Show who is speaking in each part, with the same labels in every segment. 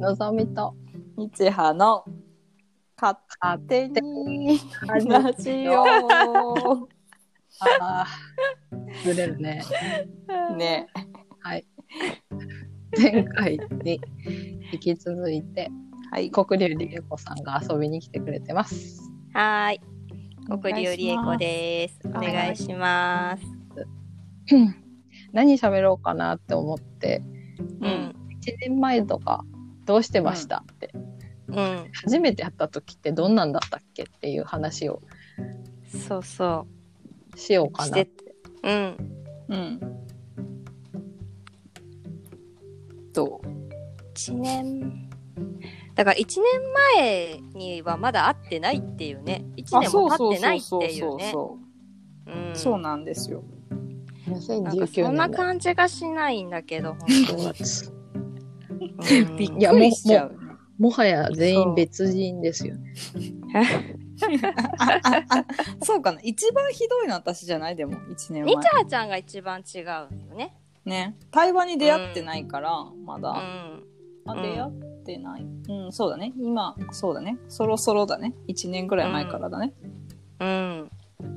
Speaker 1: のぞみと
Speaker 2: みちはの勝手に話を
Speaker 1: あーずれる ね
Speaker 2: ね
Speaker 1: はい前回に引き続いて
Speaker 2: はい
Speaker 1: 黒龍理恵子さんが遊びに来てくれてます
Speaker 3: はーい。国流理恵子です。お願いします。
Speaker 1: 何喋ろうかなって思って
Speaker 3: う
Speaker 2: うん
Speaker 3: ん。
Speaker 1: 1年前とかどうしてましたって、
Speaker 3: うん。
Speaker 1: 初めて会った時ってどんなんだったっけっていう話を
Speaker 3: そうそ
Speaker 1: しよう
Speaker 3: う。
Speaker 1: か
Speaker 3: し
Speaker 1: な
Speaker 3: て。うん。
Speaker 2: うんどう
Speaker 3: 一年。だから一年前にはまだ会ってないっていうね。一
Speaker 2: あ
Speaker 3: 年
Speaker 2: そ
Speaker 3: も
Speaker 2: うそ
Speaker 3: 経っ
Speaker 2: う
Speaker 3: てな
Speaker 2: そう
Speaker 3: いって
Speaker 2: そうそうう
Speaker 3: いね。
Speaker 2: そ
Speaker 3: うん
Speaker 2: うそうなんですよ
Speaker 3: なんかそ
Speaker 1: 2019
Speaker 3: んな
Speaker 1: 年
Speaker 3: 感じがしないんだけど、
Speaker 1: の
Speaker 3: 本当に。うん
Speaker 2: びっ
Speaker 1: いや
Speaker 2: くりしちゃう
Speaker 1: もはや全員別人ですよね
Speaker 2: そうかな一番ひどいのは私じゃないでも1年
Speaker 3: み
Speaker 2: 前
Speaker 3: ちゃはちゃんが一番違うよね。
Speaker 2: ね対話に出会ってないからま
Speaker 3: う
Speaker 2: だ
Speaker 3: ん。
Speaker 2: あ
Speaker 3: うん
Speaker 2: 出会ってないうんそうだね今そうだねそろそろだね1年ぐらい前からだね
Speaker 3: うん。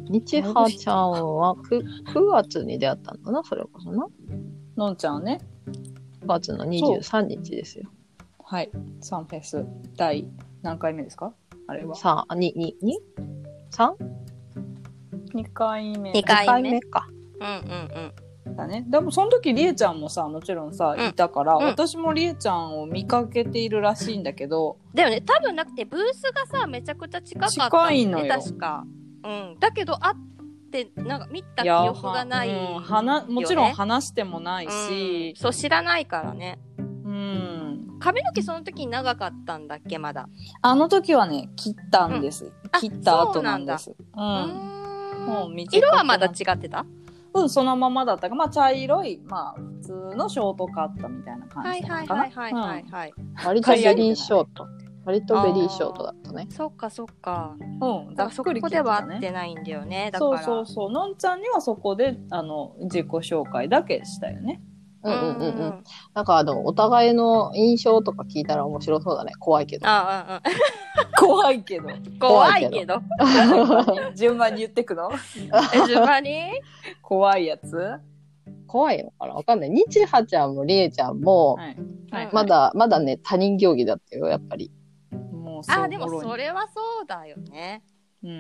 Speaker 1: みちはちゃんは 9, 9月に出会ったのかなそれこそな
Speaker 2: のんちゃんはね
Speaker 1: 9月の23日ですよ
Speaker 2: はい、サンフェス第何回目ですかあれは
Speaker 1: さあ2 2 2 3
Speaker 2: 2回目
Speaker 3: 二回
Speaker 1: 回
Speaker 3: 目
Speaker 1: 目か
Speaker 3: うんうん
Speaker 2: だねでもその時りえちゃんもさもちろんさ
Speaker 3: うん
Speaker 2: いたから、
Speaker 3: うん
Speaker 2: 私もりえちゃんを見かけているらしいんだけど、
Speaker 3: うん。でもね、多分なくて、ブースがさ、めちゃくちゃ近かったんだよね。
Speaker 2: 近いのよ
Speaker 3: 確か。うん。だけど、会って、なんか見た
Speaker 2: い
Speaker 3: 記
Speaker 2: や
Speaker 3: 憶がない、
Speaker 2: はうん話もちろん
Speaker 3: よね
Speaker 2: 話してもない
Speaker 3: うん
Speaker 2: し、
Speaker 3: そう、知らないからね。
Speaker 2: うん
Speaker 3: 髪の毛その時長かったんだっけ、まだ。
Speaker 2: あの時はね切ったんです、
Speaker 3: あ
Speaker 2: 切った後なんですうん
Speaker 3: う
Speaker 2: もう
Speaker 3: ーん。
Speaker 2: 短く
Speaker 3: 色はまだ違ってた
Speaker 2: うん、そのままだったかまあ茶色いまあ普通のショートカットみたいな感
Speaker 3: は
Speaker 2: じ
Speaker 3: い
Speaker 2: だ
Speaker 3: は
Speaker 2: った
Speaker 3: い
Speaker 2: かな
Speaker 3: はいはいはいはい。
Speaker 1: 割とベリーショート割とベリーショートだったね
Speaker 3: そっかそっか。
Speaker 2: うん、うん、
Speaker 3: だからそこでは会ってないんだよね。だか
Speaker 2: そう
Speaker 3: ら。
Speaker 2: そうそうのんちゃんにはそこであの自己紹介だけしたよね
Speaker 1: うんうんうんうん。なんかあのお互いの印象とか聞いたら面白そうだね怖いけど
Speaker 3: あうん
Speaker 2: 怖いけど
Speaker 3: うん。怖いけど。
Speaker 2: 順番に言ってくの
Speaker 3: え、順番に
Speaker 2: 怖いやつは
Speaker 1: 怖いのかなわかんないにちはちゃんもりえちゃんも、
Speaker 2: い、
Speaker 3: はい
Speaker 1: まだまだね他人行儀だったよやっぱり
Speaker 2: もう そう
Speaker 3: あ、でも
Speaker 2: もろに
Speaker 3: それはそうだよね。
Speaker 2: うん
Speaker 3: う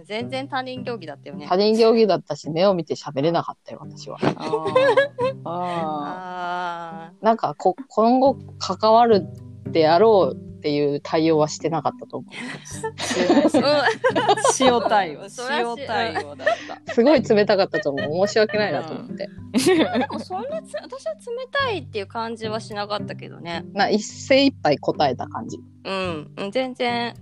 Speaker 3: ん、全然他人競技だったよね
Speaker 1: 他。人行儀だったし目を見て喋れなかったよ私は
Speaker 2: あーあ
Speaker 3: あ
Speaker 1: なんかこ今後関わるであろうっていう対応はしてなかったと思
Speaker 3: あ。うん。
Speaker 2: ー 塩対応
Speaker 3: そりゃし
Speaker 2: 塩対応だった
Speaker 1: うすごい冷たかったと思う申し訳ないなと思って、
Speaker 3: でもそん なつ、私は冷たいっていう感じはしなかったけどね。
Speaker 1: な一世一杯答えた感じ
Speaker 3: うん。うん全然、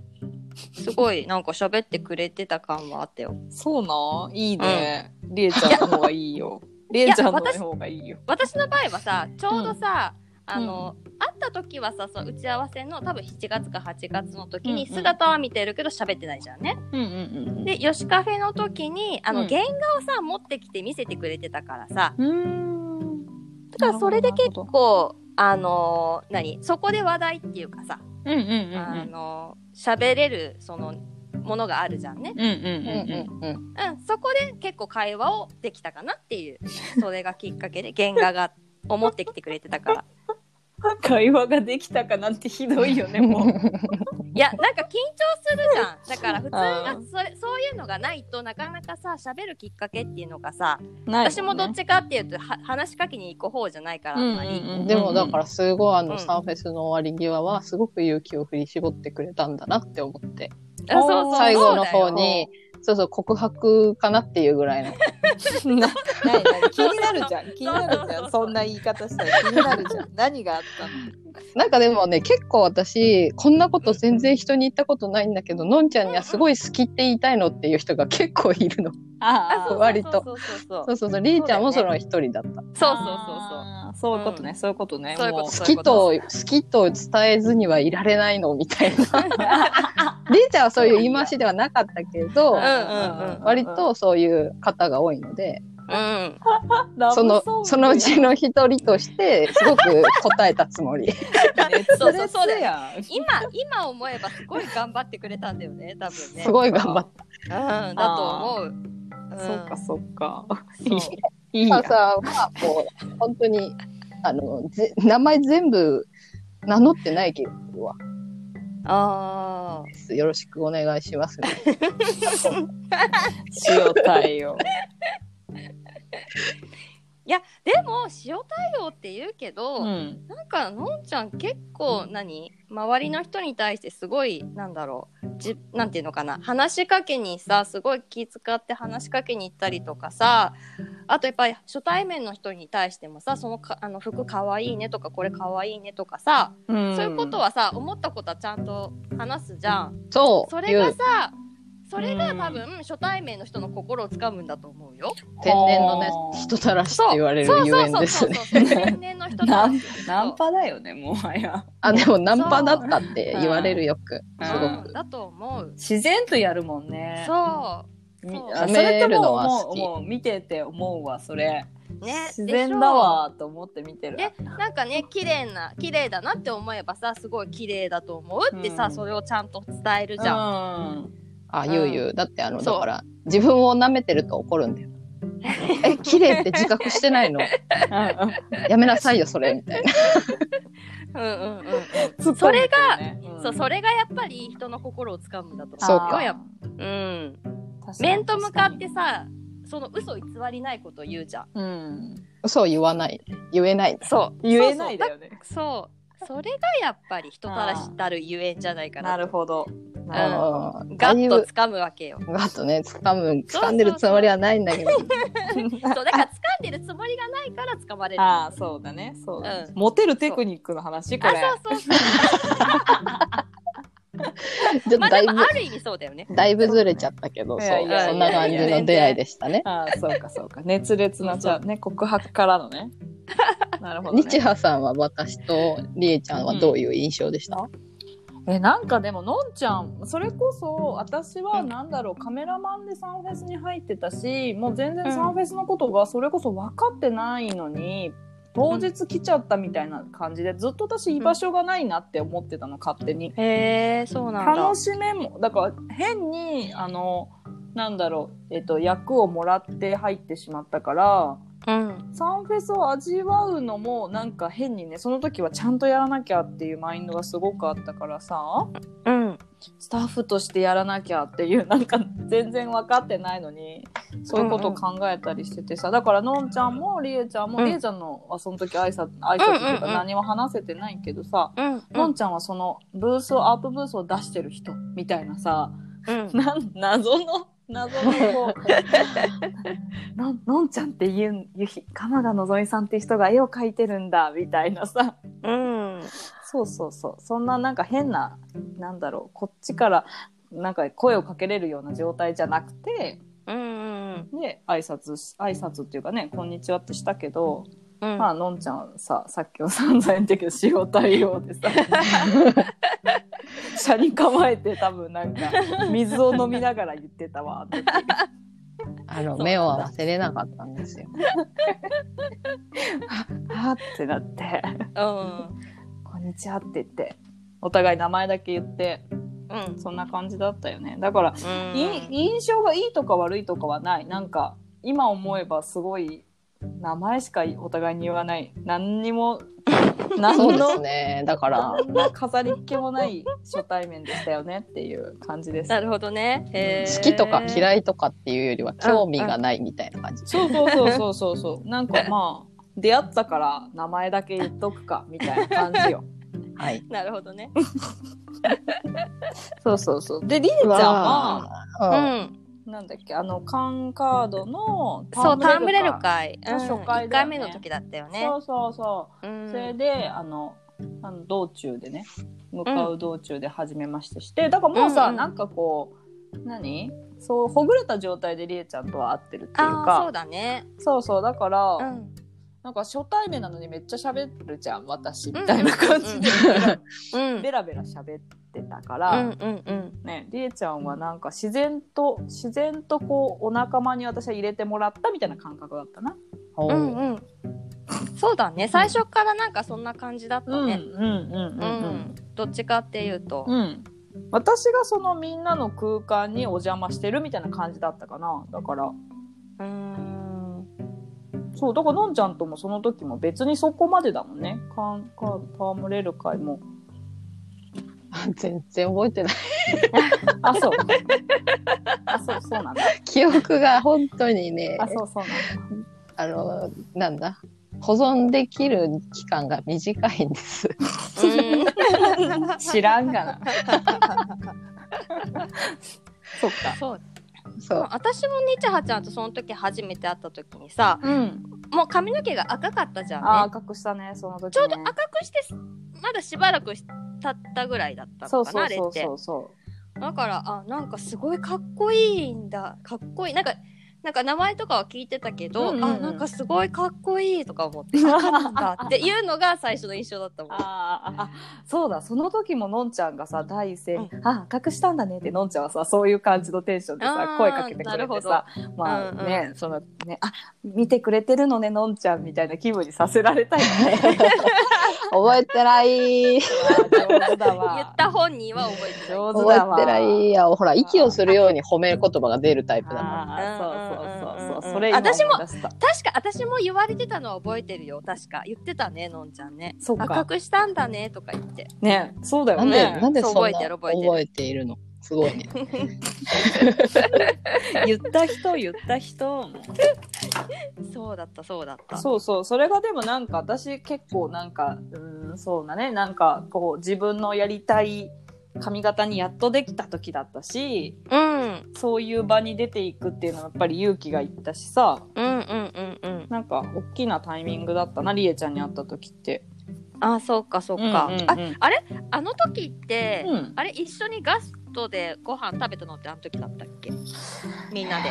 Speaker 3: すごい、なんか喋ってくれてた感はあったよ。
Speaker 2: そうなんいいね、りえちゃんの方がいいよりえちゃんの
Speaker 3: いや私
Speaker 2: 方がいいよ
Speaker 3: 私の場合はさ、ちょうどさ、あの、会った時はさ、そう打ち合わせの多分7月か8月の時
Speaker 2: う
Speaker 3: に
Speaker 2: んうん
Speaker 3: 姿は見てるけど喋ってないじゃんね。
Speaker 2: うんうんうん
Speaker 3: で、ヨシカフェの時に、あの、
Speaker 2: うん
Speaker 3: 原画をさ、持ってきて見せてくれてたからさ、
Speaker 2: うん
Speaker 3: だからそれで結
Speaker 2: なる
Speaker 3: 構あのー何そこで話題っていうかさ、
Speaker 2: うんうんうんう
Speaker 3: あ
Speaker 2: ん
Speaker 3: のー喋れるそのものがあるじゃんね、
Speaker 2: うんうん
Speaker 1: うん
Speaker 2: うんうん
Speaker 1: うん うん
Speaker 3: うん、そこで結構会話をできたかなっていうそれがきっかけで原画が思ってきてくれてたから
Speaker 2: 会話ができたかなんてひどいよねもう
Speaker 3: いやなんか緊張するじゃんだから普通がそれそういうのがないとなかなかさ喋るきっかけっていうのがさ、
Speaker 2: ない
Speaker 3: 私もどっちかっていうとは話しかけに行く方じゃないからあんまり、
Speaker 1: でもだかららすごいあの、
Speaker 3: うん
Speaker 1: サンフェスの終わり際はすごく勇気を振り絞ってくれたんだなって思って
Speaker 3: あそうそう
Speaker 1: 最後の
Speaker 3: そ
Speaker 1: 方
Speaker 3: うだよ
Speaker 1: にそうそう告白かなっていうぐらいの
Speaker 2: ななになに気になるじゃん気になるじゃんそんな言い方したら気になるじゃん何があったの
Speaker 1: なんかでもね結構私こんなこと全然人に言ったことないんだけどのんちゃんにはすごい好きって言いたいのっていう人が結構いるの
Speaker 3: あそう
Speaker 2: あ
Speaker 1: 割と
Speaker 3: そうそうそうそう
Speaker 1: そうそうそうりーちゃんも
Speaker 3: そ
Speaker 1: そう
Speaker 3: だ
Speaker 1: の一人だった
Speaker 3: そうそうそうそう
Speaker 2: そうそうそういうことねそういうことね
Speaker 3: そういうこと
Speaker 2: も
Speaker 1: 好きと好きと伝えずにはいられないのみたいな りーちゃんはそういう言い回しではなかったけど
Speaker 3: んうんうん
Speaker 1: 割とそういう方が多いので
Speaker 3: うん。
Speaker 2: ラ
Speaker 1: そ
Speaker 2: ブソング
Speaker 1: のそのうちの一人としてすごく答えたつもり
Speaker 2: ね
Speaker 3: そうそう
Speaker 2: 熱
Speaker 3: そう
Speaker 2: 烈
Speaker 3: だよ
Speaker 2: やん。
Speaker 3: 今今思えばすごい頑張ってくれたんだよね多分ね
Speaker 1: すごい頑張っ
Speaker 3: うんだと思う、うん
Speaker 2: そうかそうか。
Speaker 3: そう
Speaker 2: いい
Speaker 1: た。
Speaker 2: や。
Speaker 1: さんはもう本当にあのぜ名前全部名乗ってないけど
Speaker 3: あ
Speaker 1: よろしくお願いします、ね。
Speaker 2: 塩対応。
Speaker 3: ーでも塩対応って言うけど、
Speaker 2: うん。
Speaker 3: なんかのんちゃん結構何周りの人に対してすごいなんだろうじなんていうのかな話しかけにさすごい気遣って話しかけに行ったりとかさあとやっぱり初対面の人に対してもさそのかあの服かわいいねとかこれかわいいねとかさ、
Speaker 2: うん
Speaker 3: そういうことはさ思ったことはちゃんと話すじゃん。
Speaker 1: そう
Speaker 3: それが
Speaker 1: いう
Speaker 3: さそれが多分初対面の人の心をつかむんだと思うよ。
Speaker 1: 天然のね
Speaker 2: あー
Speaker 1: 人たらしって
Speaker 3: そう
Speaker 1: 言われる
Speaker 3: そう
Speaker 1: ゆえん
Speaker 3: そう
Speaker 1: です
Speaker 3: そう
Speaker 1: ね。
Speaker 3: そうそう天然の人
Speaker 2: ナ
Speaker 3: だ
Speaker 2: ンナンパだよねもはや。
Speaker 1: あでもナンパだったって言われるよく
Speaker 2: うん
Speaker 1: すごく。
Speaker 3: だと思う。
Speaker 2: 自然とやるもんね。
Speaker 3: そう
Speaker 2: み
Speaker 3: そう
Speaker 2: あ
Speaker 1: 褒
Speaker 2: それ
Speaker 1: め
Speaker 2: と
Speaker 1: るの
Speaker 2: も
Speaker 1: は
Speaker 2: も
Speaker 1: 好
Speaker 2: う
Speaker 1: き
Speaker 2: もう見てて思うわそれ。
Speaker 3: ね、
Speaker 2: 自然だわと思って見てる。
Speaker 3: でしょ。で、なんかね、綺麗な、綺麗だなって思えばさ、すごい綺麗だと思うってさ、
Speaker 2: うん
Speaker 3: それをちゃんと伝えるじゃん。
Speaker 2: う
Speaker 1: あ
Speaker 3: うん
Speaker 1: ゆうゆうだってあの
Speaker 3: そう
Speaker 1: だから自分を舐めてると怒るんだよ。え綺麗って自覚してないの
Speaker 2: ん。
Speaker 1: やめなさいよそれみたいな。
Speaker 3: うんうんうんうん。
Speaker 2: 突っ
Speaker 3: そ
Speaker 2: 込ん
Speaker 3: れ
Speaker 2: でく
Speaker 3: が
Speaker 2: るねうん
Speaker 3: そう、それがやっぱり人の心をつかむんだと
Speaker 1: そう
Speaker 3: 思う
Speaker 1: か
Speaker 3: よ。やっぱうん。面と向かって、さ、その嘘偽りないことを言うじゃん。
Speaker 2: うん、
Speaker 1: 嘘を言わない言えない。
Speaker 3: そう。
Speaker 2: 言えないだ
Speaker 3: そう
Speaker 2: よね
Speaker 3: そう。そうそれがやっぱり人たらしたるゆえんじゃないかな
Speaker 2: な
Speaker 3: と。
Speaker 2: るほど
Speaker 3: なるほ
Speaker 1: あー
Speaker 3: ガ
Speaker 1: だい
Speaker 3: ッ
Speaker 1: ぶ
Speaker 3: と掴むわけよ。
Speaker 1: ガッとね掴む掴んでるつもりはないんだけど
Speaker 3: そうだから掴んでるつもりがないから掴まれる。
Speaker 2: ああそうだねそうだね、
Speaker 3: うん
Speaker 2: モテるテクニックの話こ
Speaker 3: あ
Speaker 2: れ
Speaker 3: そうそうそ
Speaker 1: ちょっと
Speaker 3: う。まあ
Speaker 1: だい
Speaker 3: でもあ
Speaker 1: ぶ
Speaker 3: る意味そうだよね。
Speaker 1: だいぶずれちゃったけどそう
Speaker 2: いやいやいや
Speaker 1: そんな感じの出会いでしたね。
Speaker 2: ああそうかそうか熱烈なじゃあね告白からの ねなるほど、
Speaker 1: 日
Speaker 2: ね、
Speaker 1: ハさんは私とりえちゃんはどういう印象でした、
Speaker 2: えなんかでものんちゃんそれこそ私はなんだろうカメラマンでサンフェスに入ってたしもう全然サンフェスのことがそれこそ分かってないのに、当日来ちゃったみたいな感じでずっと私居場所がないなって思ってたの勝手に。
Speaker 3: へえ、そうなんだ。
Speaker 2: 楽しめもだから変にあのなんだろう、えっと役をもらって入ってしまったから
Speaker 3: うん。
Speaker 2: サンフェスを味わうのもなんか変にねその時はちゃんとやらなきゃっていうマインドがすごくあったからさ
Speaker 3: うん。
Speaker 2: スタッフとしてやらなきゃっていうなんか 全然分かってないのにそういうことを考えたりしててさ、だからのんちゃんもりえちゃんも、
Speaker 3: うん
Speaker 2: りえちゃんのはその時挨拶挨拶っていう
Speaker 3: うんうんう
Speaker 2: か
Speaker 3: ん
Speaker 2: 何も話せてないけどさ、
Speaker 3: うん。
Speaker 2: のんちゃんはそのブースをアープブースを出してる人みたいなさ
Speaker 3: うん。
Speaker 2: なん謎の謎のこ うののんちゃんっていうゆひ鎌田のぞみさんって人が絵を描いてるんだみたいなさ
Speaker 3: うん。
Speaker 2: そうそうそうそんななんか変ななんだろうこっちからなんか声をかけれるような状態じゃなくて
Speaker 3: うん。
Speaker 2: で挨拶し挨拶っていうかね「こんにちは」ってしたけど、
Speaker 3: うん。
Speaker 2: まあのんちゃんささっきの散々言ったけど仕事対応でさ車に構えて多分なんか水を飲みながら言ってたわって
Speaker 1: あの目を合わせれなかったんですよ。
Speaker 2: あってなって
Speaker 3: うん。
Speaker 2: 「こんにちは」って言ってお互い名前だけ言って
Speaker 3: うん。
Speaker 2: そんな感じだったよねだから、
Speaker 3: うん。
Speaker 2: い印象がいいとか悪いとかはないなんか今思えばすごい名前しかお互いに言わない何にも何
Speaker 1: そうです
Speaker 2: の、
Speaker 1: ね。だから
Speaker 2: 何の飾りっ気もない初対面でしたよねっていう感じです
Speaker 3: なるほどね。へー
Speaker 1: 好きとか嫌いとかっていうよりは興味がないみたいな感じ。
Speaker 2: そうそうそうそうそうそうなんかまあ出会ったから名前だけ言っとくかみたいな感じよ
Speaker 1: はい。
Speaker 3: なるほどね。
Speaker 2: そうそうそうでりえちゃんは
Speaker 3: う
Speaker 1: うん
Speaker 3: ん。
Speaker 2: なんだっけあのカンカードの
Speaker 3: そう、タンブレ
Speaker 2: ル
Speaker 3: ル会。うん
Speaker 2: 初回だよね
Speaker 3: 一回目の時だったよね
Speaker 2: そ。うそうそう
Speaker 3: う
Speaker 2: それ
Speaker 3: ん。
Speaker 2: であのあの道中でね向かう道中で初めましてして、だからもうさ、
Speaker 3: うんうん
Speaker 2: なんかこう何そうほぐれた状態でりえちゃんとは会ってるっていう
Speaker 3: ああ、そ
Speaker 2: か
Speaker 3: うだね。
Speaker 2: そうそうだから、
Speaker 3: うん。
Speaker 2: なんか初対面なのにめっちゃ喋るじゃん私みたいな感じで、
Speaker 3: うん。
Speaker 2: ベラベラ喋ってたか
Speaker 3: う
Speaker 2: ら、
Speaker 3: んうんうん。
Speaker 2: ねりえちゃんはなんか自然と自然とこうお仲間に私は入れてもらったみたいな感覚だったな。
Speaker 3: うん
Speaker 1: ん。
Speaker 3: うん。そうだね最初からなんかそんな感じだった
Speaker 2: うんうん
Speaker 3: ね、
Speaker 2: うん
Speaker 3: う
Speaker 2: うんんうん
Speaker 3: どっちかっていうと、
Speaker 2: うん、私がそのみんなの空間にお邪魔してるみたいな感じだったかなだから
Speaker 3: うーん、
Speaker 2: そうだからのんちゃんともその時も別にそこまでだもんねかんか戯れる会も
Speaker 1: 全然覚えてない。
Speaker 2: あ そうあそうそうなんだ
Speaker 1: 記憶が本当にね、
Speaker 2: あそうそうなんだ
Speaker 1: あの、なんだ、保存できる期間が短いんです。
Speaker 3: うん
Speaker 2: 知らんがな そっか
Speaker 3: そう
Speaker 1: そう。
Speaker 3: 私もねちゃはちゃんとその時初めて会った時にさ
Speaker 2: うん
Speaker 3: もう髪の毛が赤かったじゃ
Speaker 2: あ
Speaker 3: ん
Speaker 2: あ
Speaker 3: ね
Speaker 2: 赤くしたねその時、ね、
Speaker 3: ちょうど赤くしてまだしばらく経ったぐらいだった
Speaker 2: そ
Speaker 3: の
Speaker 2: う
Speaker 3: か
Speaker 2: そ
Speaker 3: な
Speaker 2: う
Speaker 3: あれ
Speaker 2: そう
Speaker 3: って
Speaker 2: そうそ
Speaker 3: だからあなんかすごいかっこいいんだかっこいいなんかなんか名前とかは聞いてたけど、
Speaker 2: うんうんうん
Speaker 3: あなんかすごいかっこいいとか思って分かったっていうのが最初の印象だったもん。
Speaker 2: あーあそうだその時ものんちゃんがさ第一声に「
Speaker 3: う
Speaker 2: あ隠したんだね」ってのんちゃんはさそういう感じのテンションでさ
Speaker 3: あー
Speaker 2: 声かけてくれてさまあ
Speaker 3: うんうん
Speaker 2: ね、そのね「あ見てくれてるのねのんちゃん」みたいな気分にさせられたい ね
Speaker 1: 覚えてない。
Speaker 2: わー上手だわ
Speaker 3: 言った本人は覚えてない。
Speaker 2: 上手だわ
Speaker 1: 覚えてない。いや、ほら、息をするように褒める言葉が出るタイプだもん。
Speaker 2: あーそうそうそう
Speaker 3: うんうんうんう
Speaker 2: そ
Speaker 3: ん
Speaker 2: うそれ今思い
Speaker 3: 私も
Speaker 2: 出した
Speaker 3: 確か私も言われてたのは覚えてるよ確か言ってたねのんちゃんね
Speaker 2: そうか
Speaker 3: あ隠したんだねとか言って
Speaker 2: ねそうだよ
Speaker 1: なんで、
Speaker 2: ね
Speaker 1: なんでそんな
Speaker 3: 覚えてる覚えてる
Speaker 1: 覚えているのすごいね。
Speaker 2: 言った人言った人
Speaker 3: そうだったそうだった
Speaker 2: そうそうそれがでもなんか私結構なんかうーんそうだねなんかこう自分のやりたい髪型にやっとできた時だったし
Speaker 3: うんうん
Speaker 2: そういう場に出ていくっていうのはやっぱり勇気がいったしさ
Speaker 3: うんうんうん
Speaker 2: なんか大きなタイミングだったなりえちゃんに会った時って。
Speaker 3: あそうかそうか、
Speaker 2: うんうんうん
Speaker 3: ああの時って、
Speaker 2: うん
Speaker 3: あれ一緒にガストでご飯食べたのってあの時だったっけみんなで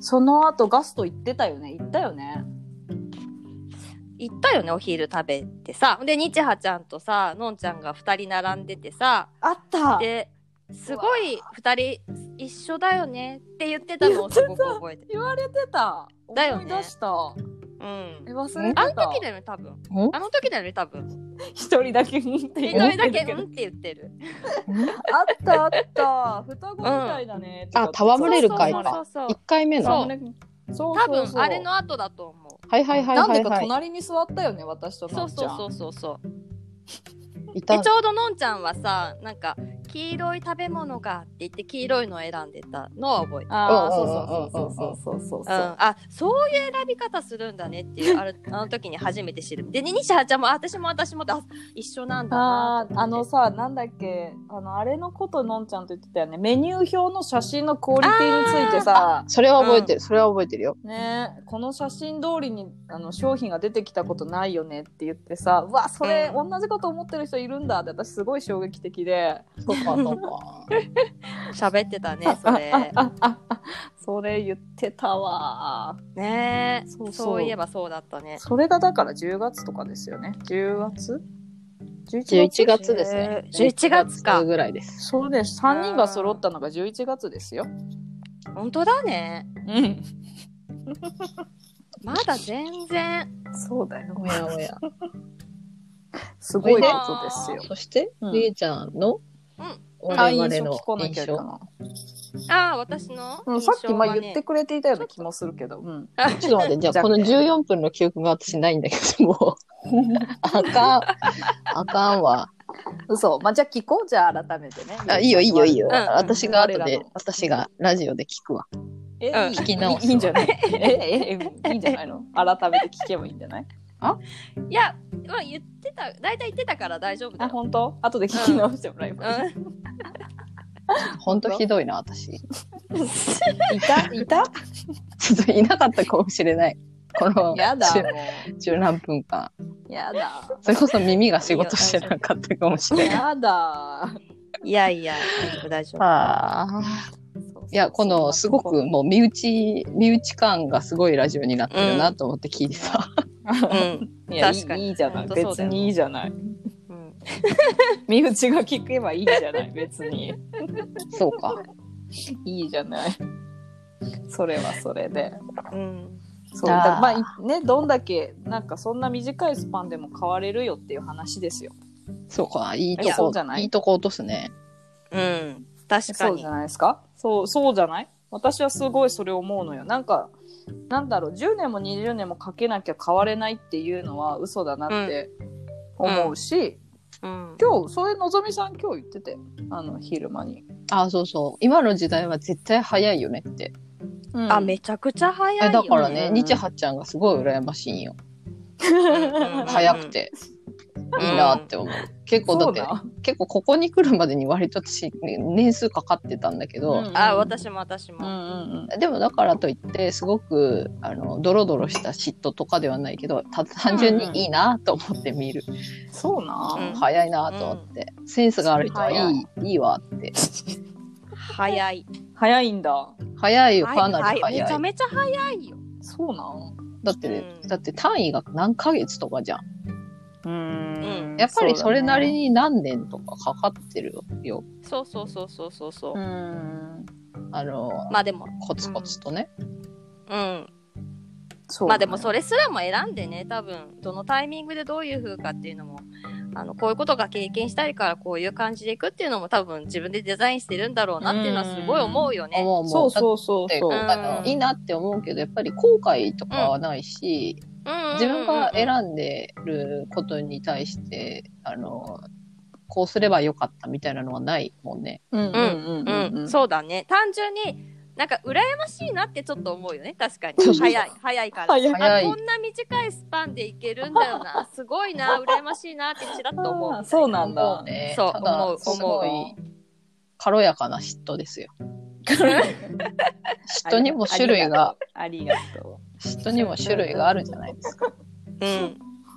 Speaker 2: その後ガスト行ってたよね行ったよね
Speaker 3: 行ったよねお昼食べてさでにちはちゃんとさのんちゃんが2人並んでてさ
Speaker 2: あった
Speaker 3: ですごい2人一緒だよねって言ってたのをすごく覚えてる
Speaker 2: 言われてた
Speaker 3: だよね
Speaker 2: 思い出した
Speaker 3: うん
Speaker 2: え忘れてた
Speaker 3: あの時だよね多分
Speaker 1: ん
Speaker 3: あの時だよね多 分
Speaker 2: 一人だけうんって
Speaker 3: 一
Speaker 2: 言っ
Speaker 3: 人
Speaker 2: て
Speaker 3: だ
Speaker 2: る
Speaker 3: け
Speaker 2: け
Speaker 3: う
Speaker 2: ど
Speaker 3: んって言ってる
Speaker 2: あったあった双子みたいだね、
Speaker 1: うんあ戯れる会
Speaker 3: そうそうそうそう
Speaker 1: 一回目の
Speaker 3: そう。
Speaker 2: そう
Speaker 3: 多
Speaker 2: そうそう
Speaker 3: 分あれの後だと思う
Speaker 1: はいはいはい
Speaker 2: なん
Speaker 1: は
Speaker 2: で
Speaker 1: い、
Speaker 2: か
Speaker 1: はい。
Speaker 2: 隣に座ったよね私と
Speaker 3: そ
Speaker 2: の
Speaker 3: うん
Speaker 2: ち
Speaker 3: そ
Speaker 2: ゃん
Speaker 3: うそうそう
Speaker 1: い
Speaker 3: で
Speaker 1: た
Speaker 3: ちょうどのんちゃんはさなんか黄色い食べ物がって言って黄色いのを選んでたのは覚えてる
Speaker 2: ああ
Speaker 1: う
Speaker 2: そ
Speaker 1: ん
Speaker 2: うそうそうそうそうそう
Speaker 3: うん、あそういう選び方するんだねって いうあるあの時に初めて知るでににしはちゃんもあ私も私もってあ一緒なんだな
Speaker 2: あ
Speaker 3: と
Speaker 2: ー
Speaker 3: 思
Speaker 2: あ
Speaker 3: って
Speaker 2: のさなんだっけあのあれのことのんちゃんと言ってたよねメニュー表の写真のクオリティについてさ
Speaker 1: それは覚えてる、それは覚えてるよ。
Speaker 2: ねこの写真通りにあの商品が出てきたことないよねって言ってさうわそれ、同じこと思ってる人いるんだって私すごい衝撃的で
Speaker 1: そうかそうか。
Speaker 3: 喋ってたねそれ
Speaker 2: それ言ってたわ
Speaker 3: ねえ
Speaker 2: そうそう
Speaker 3: そういえばそうだったね
Speaker 2: それがだから10月とかですよね10月
Speaker 1: 11月ですね。
Speaker 3: えー11月か
Speaker 1: ぐらいです。
Speaker 2: そうです3人が揃ったのが11月ですよ
Speaker 3: 本当だね
Speaker 2: うん
Speaker 3: まだ全然
Speaker 2: そうだよ
Speaker 1: おやおや。
Speaker 2: すごいことですよ
Speaker 1: そして、
Speaker 2: うん
Speaker 1: りえちゃんの、
Speaker 3: うん
Speaker 1: 我
Speaker 2: あ
Speaker 1: 々
Speaker 2: 印象
Speaker 1: の
Speaker 2: 聞こなき
Speaker 1: 印
Speaker 2: ゃいけ
Speaker 1: 象。
Speaker 2: な
Speaker 3: ああ私の
Speaker 2: い、うん、
Speaker 3: 印
Speaker 2: さ
Speaker 3: 象
Speaker 2: っきまあ
Speaker 3: はね
Speaker 2: 言ってくれていたような気もするけど、うん、
Speaker 1: ちょっと待 って、じゃあこの14分の記憶が私ないんだけど、もう。あかん。あかんわ。
Speaker 2: 嘘まあじゃあ聞こうじゃあ改めてね
Speaker 1: あ、いいよいいよいいよ。
Speaker 3: うんうん
Speaker 1: 私が後
Speaker 2: 我
Speaker 1: で
Speaker 2: らの、
Speaker 1: 私がラジオで聞くわ。
Speaker 2: え
Speaker 3: うん
Speaker 2: いい
Speaker 1: 聞き直す
Speaker 2: いいんじゃないえええいいんじゃないの改めて聞けばいいんじゃない
Speaker 3: いや、まあ、言ってた大体言ってたから大丈夫だ
Speaker 2: あ
Speaker 3: よ、
Speaker 2: 本当後で聞き直してもらいます、
Speaker 3: うん、
Speaker 1: ほんとひどいな、私。
Speaker 2: いたいた
Speaker 1: ちょっといなかったかもしれない。この
Speaker 2: やだも
Speaker 1: 十十何分間。
Speaker 2: うやだ
Speaker 1: それこそ耳が仕事してなかったかもしれない。
Speaker 2: やだ
Speaker 3: いやいや大丈夫大丈夫
Speaker 1: ああ。いや、このすごくもう身内、身内感がすごいラジオになってるなと思って聞いてた。
Speaker 3: うん、
Speaker 2: いやい
Speaker 3: 確か
Speaker 2: い
Speaker 3: に
Speaker 2: いいじゃない
Speaker 3: 本当そうだ
Speaker 2: 別
Speaker 3: よ
Speaker 2: にいいじゃない
Speaker 3: うん、
Speaker 2: 身内が聞けばいいじゃ ない別に
Speaker 1: そうか。
Speaker 2: いいじゃないそれはそれで
Speaker 3: うん
Speaker 2: そう
Speaker 1: あー
Speaker 2: だからまあいねどんだけなんかそんな短いスパンでも変われるよっていう話ですよ。
Speaker 1: そうか、いいと
Speaker 2: いやそ
Speaker 1: こ
Speaker 2: うじゃな
Speaker 1: い
Speaker 2: い
Speaker 1: いとこ落とすね。
Speaker 3: うん確か
Speaker 2: そう
Speaker 3: に
Speaker 2: じゃないですかそうそうじゃない私はすごいそれ思うのよなんかなんだろう10年も20年もかけなきゃ変われないっていうのは嘘だなって思うし、
Speaker 3: うん
Speaker 2: 今日それのぞみさん今日言っててあの昼間に、
Speaker 1: あ、そうそう。今の時代は絶対早いよねって。
Speaker 2: うん
Speaker 3: あめちゃくちゃ早いよ、
Speaker 1: え
Speaker 3: ね、
Speaker 1: だからね、
Speaker 2: うん
Speaker 1: ニチハちゃんがすごい羨ましいんよ。
Speaker 3: うん
Speaker 1: 早くて、いいなって思う。結構だ
Speaker 2: そ
Speaker 1: っ
Speaker 2: う
Speaker 1: て、
Speaker 2: な
Speaker 1: 結構ここに来るまでに割と私、年数かかってたんだけど、
Speaker 2: うん
Speaker 3: あ私も私
Speaker 2: うんう
Speaker 3: も、
Speaker 2: ん
Speaker 1: でもだからといって、すごく、あの、ドロドロした嫉妬とかではないけど、た単純にいいなと思って見る。
Speaker 2: うんそうな、
Speaker 3: うん
Speaker 1: 早いなと思って、センスがある人はい
Speaker 2: 早
Speaker 1: い、いいわって。
Speaker 3: 早い
Speaker 2: 早いんだ
Speaker 1: 早いよ、
Speaker 3: は
Speaker 1: か
Speaker 3: い
Speaker 1: なり
Speaker 3: はいめ
Speaker 1: 早
Speaker 3: ちゃ
Speaker 1: い。
Speaker 3: めちゃ早いよ
Speaker 2: そうな
Speaker 1: だってね、
Speaker 3: うん
Speaker 1: だって単位が何ヶ月とかじゃん。
Speaker 2: うん
Speaker 3: うん
Speaker 1: やっぱりそれなりに何年とかかかってるよ。
Speaker 3: そうそうそうそうそう
Speaker 2: そ
Speaker 3: そう、
Speaker 2: うだねうん
Speaker 1: あの、
Speaker 3: まあでも
Speaker 1: コツコツとね。
Speaker 3: うん
Speaker 2: そうだね
Speaker 3: まあでもそれすらも選んでね多分どのタイミングでどういう風かっていうのもあのこういうことが経験したいからこういう感じでいくっていうのも多分自分でデザインしてるんだろうなっていうのはすごい思うよね。
Speaker 1: 思う
Speaker 2: そ
Speaker 1: 思
Speaker 2: う
Speaker 1: う。だ
Speaker 2: そうそう
Speaker 1: って
Speaker 2: そう、
Speaker 3: ん
Speaker 1: あのいいなって思うけどやっぱり後悔とかはないし、自分が
Speaker 3: ん
Speaker 1: 選んでることに対してあのこうすればよかったみたいなのはないもんね。
Speaker 2: うんうん
Speaker 3: うんうんそうだね単純になんか羨ましいなってちょっと思うよね確かに
Speaker 1: そうそう
Speaker 3: 早い早いから
Speaker 2: 早い
Speaker 3: あ
Speaker 1: 早い
Speaker 3: こんな短いスパンでいけるんだよなすごいな羨ましいなってちらっと思うみたい
Speaker 2: あーそうなん
Speaker 1: 思う
Speaker 2: だ。
Speaker 1: ね。
Speaker 3: そう
Speaker 1: ただ
Speaker 3: 思う
Speaker 1: すごい軽やかな嫉妬ですよ。嫉妬にも種類が
Speaker 2: ありがと
Speaker 1: 嫉妬にも種類があるじゃないですか。
Speaker 3: うん
Speaker 2: う。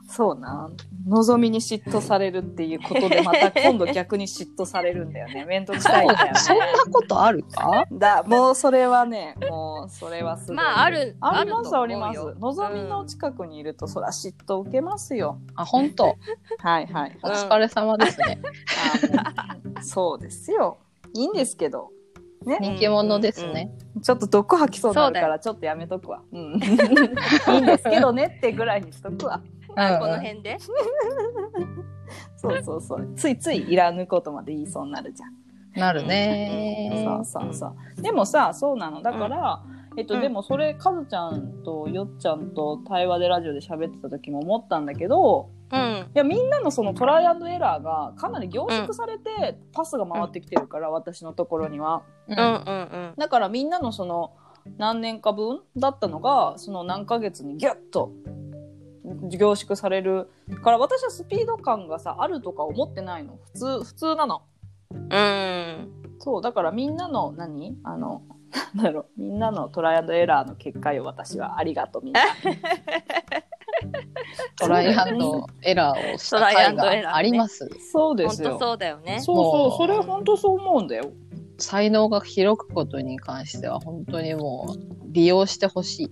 Speaker 2: そうな。望みに嫉妬されるっていうことで、また今度逆に嫉妬されるんだよね。面倒くさいんだよね。
Speaker 1: そんなことあるか？
Speaker 2: だ、もうそれはね、もうそれはすごい。
Speaker 3: まああ。る
Speaker 2: あり
Speaker 3: ると
Speaker 2: ます
Speaker 3: 思
Speaker 2: あ
Speaker 3: う
Speaker 2: り
Speaker 3: よ
Speaker 2: ます。望みの近くにいると、そら嫉妬受けますよ。
Speaker 1: あ本当。
Speaker 2: はいはい。
Speaker 1: お疲れ様ですね。
Speaker 2: あ のそうですよ。いいんですけど。
Speaker 3: うん
Speaker 1: 人気者ですね。
Speaker 2: ちょっと毒吐きそうになるか
Speaker 3: そうだ
Speaker 2: ら、ちょっとやめとくわ。うん。 いいんですけどねってぐらいにしとくわ。
Speaker 3: あこ
Speaker 1: うんう
Speaker 3: の
Speaker 1: ん
Speaker 3: 辺で
Speaker 2: そうそうそう。ついついいらぬことまで言いそうになるじゃん。
Speaker 1: なるね。
Speaker 2: そうそうそう。でもさ、そうなの。だから、えっ
Speaker 3: う
Speaker 2: と、
Speaker 3: ん
Speaker 2: でもそれ、カズちゃんとよっちゃんと対話でラジオで喋ってた時も思ったんだけど、
Speaker 3: うん
Speaker 2: いや、みんなのそのトライアンドエラーがかなり凝縮されて、パスが回ってきてるから、私のところには。
Speaker 3: うんうんうん
Speaker 2: だからみんなのその何年か分だったのがその何ヶ月にギュッと凝縮されるから私はスピード感がさあるとか思ってないの普通普通なの
Speaker 3: うん
Speaker 2: そうだからみんなの何あの なんだろうみんなのトライアンドエラーの結果よ私はありがとうみんな
Speaker 1: トライアンドエラーをした
Speaker 3: トライ
Speaker 1: 回
Speaker 3: アンドエラーね
Speaker 1: があります。
Speaker 2: そうで
Speaker 3: 本
Speaker 2: すよ
Speaker 3: 当そうだよね
Speaker 2: そうそうそれは本当そう思うんだよ
Speaker 1: 才能が広くことに関しては本当にもう利用してほしい。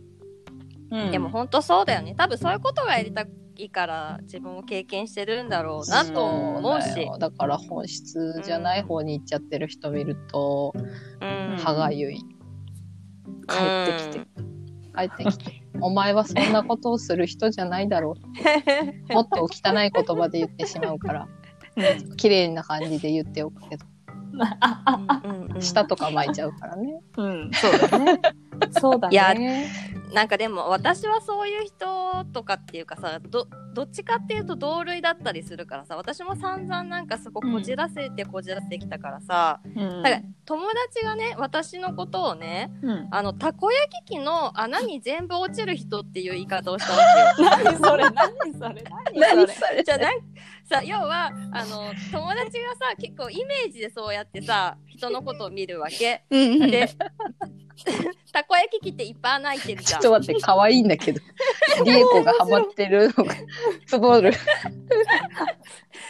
Speaker 2: うん
Speaker 3: でも本当そうだよね多分そういうことがやりたいから自分を経験してるんだろうなと思う
Speaker 1: そうだ
Speaker 3: し
Speaker 1: よだから本質じゃない方に行っちゃってる人見ると
Speaker 3: うん
Speaker 1: 歯がゆい。
Speaker 2: 帰ってきて
Speaker 1: 帰ってきて。 お前はそんなことをする人じゃないだろう。もっとお汚い言葉で言ってしまう から。綺麗な感じで言っておくけど、
Speaker 3: うんうん
Speaker 1: 舌とか巻いちゃうからね。
Speaker 2: うんそうだねそうだね
Speaker 3: いやなんかでも私はそういう人とかっていうかさどどっちかっていうと同類だったりするからさ私も散々なんかそここじらせてこじらせてきたからさ、
Speaker 2: うん
Speaker 3: だから友達がね私のことをね
Speaker 2: うん
Speaker 3: あのたこ焼き器の穴に全部落ちる人っていう言い方をしたわけよ。
Speaker 2: 何それ何それ 何それ
Speaker 1: れ
Speaker 3: じゃあなんさ要はあの友達がさ結構イメージでそうやってさ人のことを見るわけ。で たこ焼き器っていっぱい穴開いてるじ
Speaker 1: ちょ
Speaker 3: ゃ
Speaker 1: っ
Speaker 3: ん。
Speaker 1: と待って、可愛い んだけど。リエコがハマってるのが、つぼる。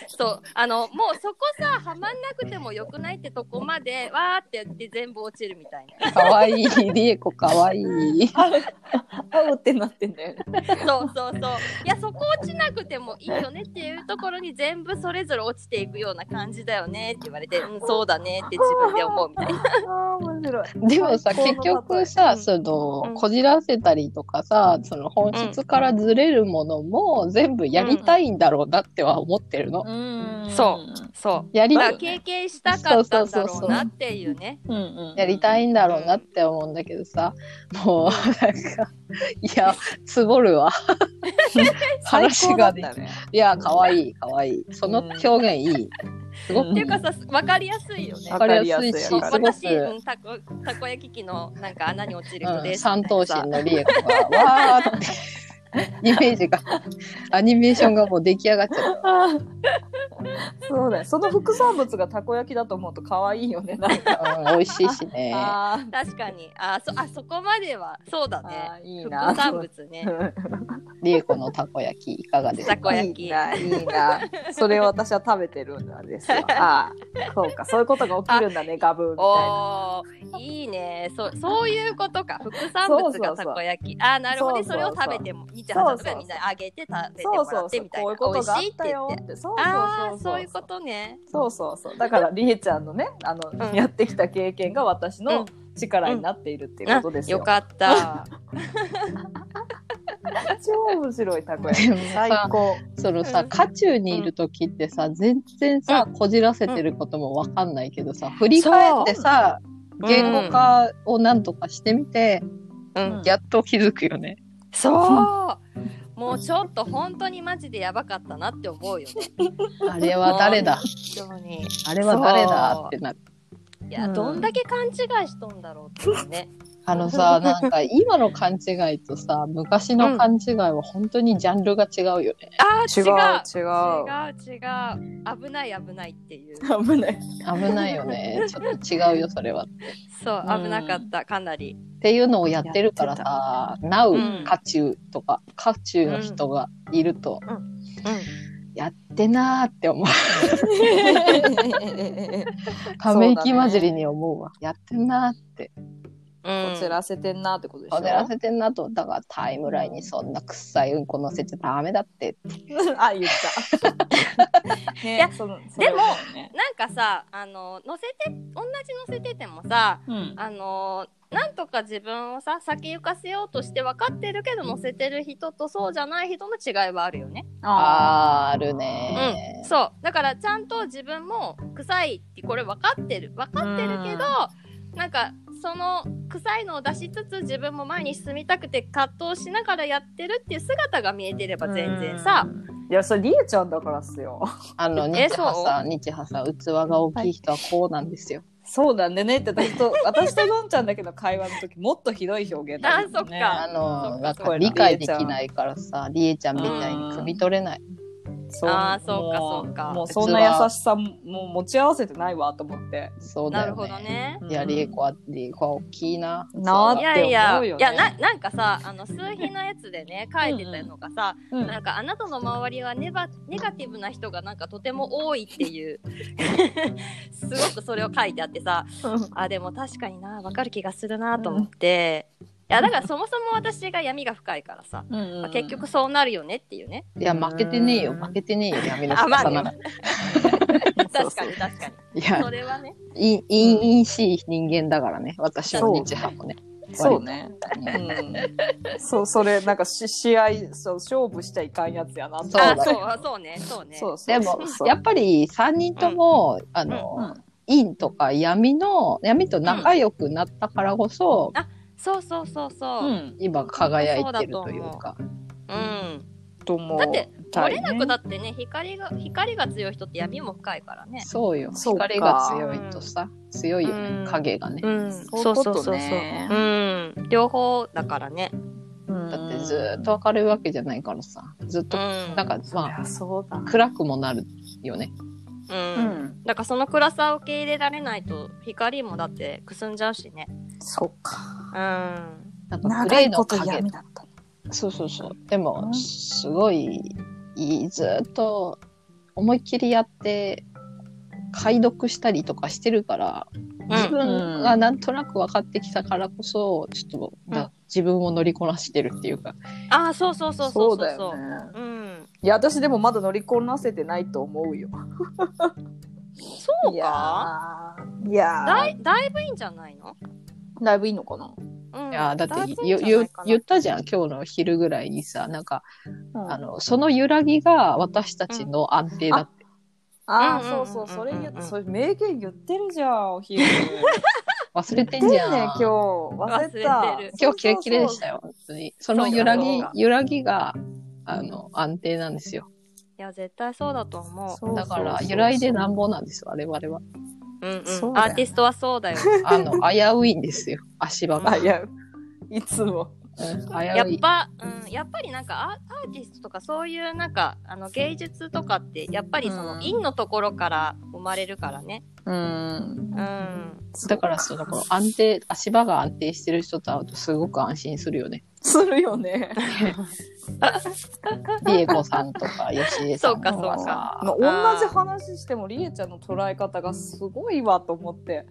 Speaker 3: そうあのもうそこさはまんなくてもよくないってとこまでわーってやって全部落ちるみたい な
Speaker 1: かわいい、リエコかわいい。
Speaker 2: 合うってなってんだよね。
Speaker 3: そうそうそういやそこ落ちなくてもいいよねっていうところに全部それぞれ落ちていくような感じだよねって言われ てうんそうだねって自分で思うみたいな
Speaker 2: ああ、面白い。
Speaker 1: でもさ、
Speaker 2: 最
Speaker 1: 結
Speaker 2: 高の例え
Speaker 1: 局さ、
Speaker 3: うん
Speaker 1: その、
Speaker 3: うん
Speaker 1: こじらせたりとかさ、その本質からずれるものも全部やりたいんだろうなっては思ってるの。
Speaker 2: うん
Speaker 3: そそう
Speaker 1: やり
Speaker 3: だ、から経験したかったんだろうなっていうね
Speaker 2: うんうん。
Speaker 1: やりたいんだろうなって思うんだけどさ、もう、なんか、いや、つぼるわ。話ができ
Speaker 2: 最高だったね。
Speaker 1: いや、かわいい、かわいい。その表現いい。すごく
Speaker 3: っていうかさ分かりやすいよね
Speaker 1: わかりやすいし、す
Speaker 3: そ
Speaker 1: ご
Speaker 3: う
Speaker 1: く、
Speaker 3: 私うんたこたこ焼き器のなんか穴に落ちる人
Speaker 1: う
Speaker 3: で
Speaker 1: ん、
Speaker 3: す
Speaker 1: 三頭
Speaker 3: みたい
Speaker 1: 身
Speaker 3: なさ
Speaker 1: のリエコが、わーって。イメージが、アニメーションがもう出来上がっちゃっ
Speaker 2: あーそうだよ。その副産物がたこ焼きだと思うと可愛いよね。なんか。
Speaker 1: た。うん、美味しいし ね。
Speaker 2: あー
Speaker 3: 確かにあそあそこまではそうだね
Speaker 2: あー、いい
Speaker 3: 副
Speaker 2: な。
Speaker 3: 産物ね
Speaker 1: リエコのたこ焼きいかがです
Speaker 3: た
Speaker 1: か
Speaker 3: こ焼き
Speaker 2: いいな、いいな。それを私は食べてるんですよ。ああ、そうか、そういうことが起きるんだね、ガブーみたいな。
Speaker 3: おーいいねそそういうことか副産物がたこ焼きあーなるほどね
Speaker 2: そ
Speaker 3: そう
Speaker 2: そう
Speaker 3: れ
Speaker 2: そう
Speaker 3: を食べても28とかみんなにあげて食べて
Speaker 2: そ
Speaker 3: も
Speaker 2: う
Speaker 3: ら
Speaker 2: そ
Speaker 3: っ
Speaker 2: うそ
Speaker 3: て
Speaker 2: う、
Speaker 3: みたい
Speaker 2: こう
Speaker 3: な
Speaker 2: いうこと
Speaker 3: 美
Speaker 2: があっ
Speaker 3: 味しいって
Speaker 2: た
Speaker 3: 言
Speaker 2: よ
Speaker 3: って
Speaker 2: って。そう
Speaker 3: あ
Speaker 2: そう
Speaker 3: ー
Speaker 2: そ
Speaker 3: そう
Speaker 2: う
Speaker 3: いうこ
Speaker 2: そう。
Speaker 3: とね
Speaker 2: そうそうそう。だから、りえちゃんのね、あの、
Speaker 3: うん
Speaker 2: やってきた経験が私の力になっているっていうことですよ。
Speaker 3: よかった
Speaker 2: 超面白いたこ焼き。
Speaker 1: でもさ
Speaker 2: 最高。
Speaker 1: そのさ、
Speaker 3: うん
Speaker 1: 渦中にいる時ってさ、全然さ、こじらせてることもわかんないけどさ、振り返ってさ、
Speaker 3: そう
Speaker 1: 言語化をなんとかしてみて、
Speaker 3: うん
Speaker 1: やっと気づくよね。
Speaker 3: そうもうちょっと本当にマジでやばかったなって思うよね
Speaker 1: あれは誰 だ
Speaker 3: 本当に
Speaker 1: あれは誰だってなる。
Speaker 3: いや、
Speaker 2: うん
Speaker 3: どんだけ勘違いしとんだろうっていうね
Speaker 1: あのさ、なんか今の勘違いとさ、昔の勘違いは本当にジャンルが違うよね。
Speaker 3: あ
Speaker 2: 違う
Speaker 3: ー違う
Speaker 2: 違
Speaker 3: 違う違う危ない危ないっ ていう
Speaker 2: う。危ない。
Speaker 1: 危ないよね。ちょっと違うよ、それは。っ
Speaker 3: そう
Speaker 2: うん
Speaker 3: 危なかったかなり
Speaker 1: ていうのをやってるからさ、なう
Speaker 3: うん
Speaker 1: 渦中とか、渦中の人がいると、
Speaker 3: う
Speaker 1: やってなーって思う。ため息混じりに思うわ。やってんなーって。
Speaker 3: ん、
Speaker 2: こちらせてんなってことでしょ。
Speaker 1: こじらせてんなと。だからタイムラインにそんな臭いうんこ乗せちゃダメだって。
Speaker 2: あ、言った。ね
Speaker 3: いや
Speaker 2: そのそ
Speaker 3: で
Speaker 2: れ
Speaker 3: も
Speaker 2: はね
Speaker 3: なんかさあの乗せて同じ乗せててもさ
Speaker 2: うん
Speaker 3: あのなんとか自分をさ先行かせようとして分かってるけど乗せてる人とそうじゃない人の違いはあるよね
Speaker 2: あ
Speaker 1: あーあるね
Speaker 3: そうだからちゃんと自分も臭いってこれ分かってる分かってるけどなんかその臭いのを出しつつ自分も前に進みたくて葛藤しながらやってるっていう姿が見えてれば
Speaker 2: ー
Speaker 3: 全然さ
Speaker 2: うんいやそれりえちゃんだからっすよ
Speaker 1: あの、日
Speaker 3: え
Speaker 1: ハさん、日ハさん、器が大きい人はこうなんですよ。
Speaker 2: そうだねって私と 私とのんちゃんだけの会話の時もっとひどい表現だったもんね
Speaker 3: あ
Speaker 1: あの、なん
Speaker 3: そ
Speaker 1: か
Speaker 2: う
Speaker 1: 理解できないからさ、りえちゃんみたいに汲み取れない。
Speaker 2: そう
Speaker 3: あーそうか
Speaker 2: も
Speaker 3: そうか
Speaker 2: もうそんな優しさももう持ち合わせてないわと思って
Speaker 1: そう
Speaker 3: な
Speaker 1: だ
Speaker 3: る
Speaker 1: よ
Speaker 3: ほど
Speaker 1: ね。
Speaker 3: ね。
Speaker 1: いや、りえこは、りえこは大きいな。
Speaker 2: なー
Speaker 1: 器
Speaker 3: い
Speaker 1: が
Speaker 3: やいや、
Speaker 2: って思うよ
Speaker 3: い
Speaker 2: ね
Speaker 3: やななんかさあの数日のやつでね書いてたのがさ、
Speaker 2: うんうん
Speaker 3: なんかあなたの周りはネバネガティブな人がなんかとても多いっていうすごくそれを書いてあってさあでも確かになわかる気がするなと思って、いやだからそもそも私が闇が深いからさ、
Speaker 2: うん
Speaker 3: まあ結局そうなるよねっていうね
Speaker 1: いや、負けてねえよ、負けてねえよ、闇の
Speaker 3: あまあ
Speaker 1: 深さ
Speaker 3: ね
Speaker 1: なら。
Speaker 3: 確かに確かに
Speaker 1: いや
Speaker 3: そ、れはね
Speaker 1: いい、いいしい人間だからね、私も日ハもね。
Speaker 2: そうね
Speaker 1: 割とうん
Speaker 2: うんそうそれなんかし試合そう勝負しちゃいかんやつやな
Speaker 1: そうだ
Speaker 3: あ
Speaker 1: ね
Speaker 3: そうそうねそうね
Speaker 2: そうそう
Speaker 1: でも
Speaker 2: そうそう
Speaker 1: やっぱり3人とも、あの、陰とか闇の闇と仲良くなったからこそ、
Speaker 3: そうそうそうそうう、
Speaker 2: ん
Speaker 1: 今輝いてるというか
Speaker 3: うん
Speaker 2: と思う
Speaker 3: だって
Speaker 2: た
Speaker 3: 漏
Speaker 2: いね
Speaker 3: れなくだってね光が光が強い人って闇も深いからね。
Speaker 1: そうよ
Speaker 2: そうか
Speaker 1: 光が強いとさ強いよね、
Speaker 3: うん
Speaker 1: 影がね、
Speaker 3: うん
Speaker 2: そういうことね
Speaker 3: うん両方だからね。
Speaker 2: うん
Speaker 1: だってずっと明るいわけじゃないからさずっ
Speaker 3: う
Speaker 1: と
Speaker 3: ん
Speaker 1: なんか、
Speaker 2: い
Speaker 1: ま
Speaker 2: やそうだ
Speaker 1: あ暗くもなるよね
Speaker 3: うんだからその暗さを受け入れられないと光もだってくすんじゃうしね。
Speaker 2: そうか。
Speaker 3: うん。
Speaker 1: なんかグ
Speaker 2: 長
Speaker 1: レ
Speaker 2: い
Speaker 1: ーの
Speaker 2: こと
Speaker 1: 影
Speaker 2: 闇だったね。
Speaker 1: そうそうそうで
Speaker 2: う
Speaker 1: も
Speaker 2: ん
Speaker 1: すごいいいずっと思いっきりやって解読したりとかしてるから自分がなんとなく分かってきたからこそちょっと、な自分を乗りこなしてるっていうか
Speaker 3: ああそうそうそう
Speaker 2: そ
Speaker 3: そう
Speaker 2: う
Speaker 3: そう
Speaker 2: だ
Speaker 3: そ
Speaker 2: よ
Speaker 3: う、
Speaker 2: ね
Speaker 3: うん
Speaker 2: いや私でもまだ乗りこなせてないと思うよ
Speaker 3: そうか
Speaker 2: いやー
Speaker 3: だいだいぶいいんじゃないの、
Speaker 2: だいぶいいのかな、
Speaker 3: うん、
Speaker 1: いやだって
Speaker 3: だいぶいい
Speaker 1: ゆ
Speaker 3: んじゃな
Speaker 1: ゆ
Speaker 3: いかな
Speaker 1: 言ったじゃん今日の昼ぐらいにさなんか
Speaker 2: うん
Speaker 1: あのその揺らぎが私たちの安定だって、
Speaker 2: ああ、
Speaker 3: うんうんうんうん
Speaker 2: そうそう、それ言って、それ名言言ってるじゃん、お昼。
Speaker 1: 忘れて
Speaker 2: 言
Speaker 1: ん
Speaker 2: って
Speaker 1: じ
Speaker 2: る
Speaker 1: ゃん、
Speaker 2: ね、今日。忘れた。
Speaker 3: 忘れてる
Speaker 1: 今日キレキレでし
Speaker 2: よ。
Speaker 1: たよ本当にその揺らぎ揺らぎがあの安定なんですよ
Speaker 3: いや絶対そうだと思
Speaker 2: そうそうそう
Speaker 1: だから揺らいでなんぼなんですよ我々は
Speaker 3: う,、うんうん、
Speaker 2: そうだよ
Speaker 3: アーティストはそうだよ
Speaker 1: あの危ういんですよ足場が、
Speaker 2: あ、いや、いつも。
Speaker 1: うん危
Speaker 3: やっ
Speaker 1: うい
Speaker 3: ぱ、うん、やっぱりなんかアアーティストとかそういうなんかあの芸術とかってやっぱりその
Speaker 2: うん
Speaker 3: 陰のところから生まれるからね
Speaker 2: うん。
Speaker 3: うん
Speaker 1: だからそのこの安定足場が安定してる人と会うとすごく安心するよね
Speaker 2: するよね。
Speaker 1: リエコさんとか吉江さんと
Speaker 3: そうか
Speaker 1: か
Speaker 3: そう
Speaker 1: さ
Speaker 2: まあ、同じ話しても、りえちゃんの捉え方がすごいわと思って。